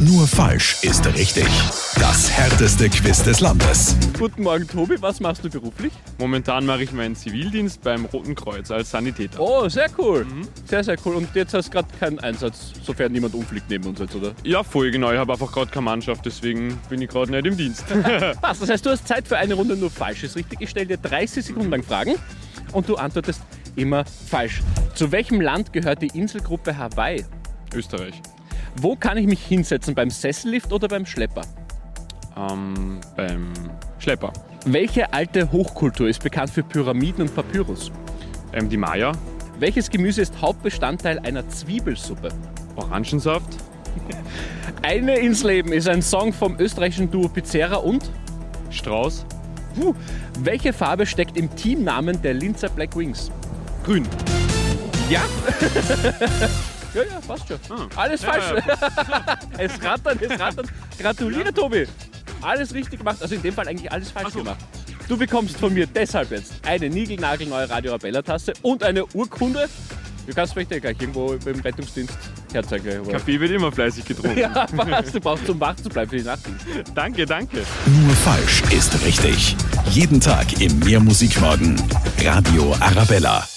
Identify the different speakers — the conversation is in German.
Speaker 1: Nur falsch ist richtig. Das härteste Quiz des Landes.
Speaker 2: Guten Morgen, Tobi. Was machst du beruflich?
Speaker 3: Momentan mache ich meinen Zivildienst beim Roten Kreuz als Sanitäter.
Speaker 2: Oh, sehr cool. Sehr, sehr cool. Und jetzt hast du gerade keinen Einsatz, sofern niemand umfliegt neben uns jetzt, oder?
Speaker 3: Ja, voll genau. Ich habe einfach gerade keine Mannschaft, deswegen bin ich gerade nicht im Dienst.
Speaker 2: Was? Das heißt, du hast Zeit für eine Runde nur falsch ist richtig. Ich stelle dir 30 Sekunden lang Fragen und du antwortest immer falsch. Zu welchem Land gehört die Inselgruppe Hawaii?
Speaker 3: Österreich.
Speaker 2: Wo kann ich mich hinsetzen? Beim Sessellift oder beim Schlepper?
Speaker 3: Ähm, beim Schlepper.
Speaker 2: Welche alte Hochkultur ist bekannt für Pyramiden und Papyrus?
Speaker 3: Ähm, die Maya.
Speaker 2: Welches Gemüse ist Hauptbestandteil einer Zwiebelsuppe?
Speaker 3: Orangensaft.
Speaker 2: Eine ins Leben ist ein Song vom österreichischen Duo Pizzerra und
Speaker 3: Strauß.
Speaker 2: Puh, welche Farbe steckt im Teamnamen der Linzer Black Wings?
Speaker 3: Grün.
Speaker 2: Ja. ja, ja, passt schon. Alles
Speaker 3: Ah. Ja,
Speaker 2: falsch. es rattert, es rattert. Gratuliere, Tobi. Alles richtig gemacht. Also in dem Fall eigentlich alles falsch
Speaker 3: so.
Speaker 2: gemacht. Du bekommst von mir deshalb jetzt eine niegelnagelneue Radio Arabella-Tasse und eine Urkunde. Du kannst vielleicht ja gleich irgendwo beim Rettungsdienst herzeigen. aber-
Speaker 3: Kaffee wird immer fleißig getrunken.
Speaker 2: Ja, passt. Du brauchst, um wach zu bleiben für die Nachtdienst.
Speaker 3: Danke, danke.
Speaker 1: Nur falsch ist richtig. Jeden Tag im Mehrmusikmorgen. Radio Arabella.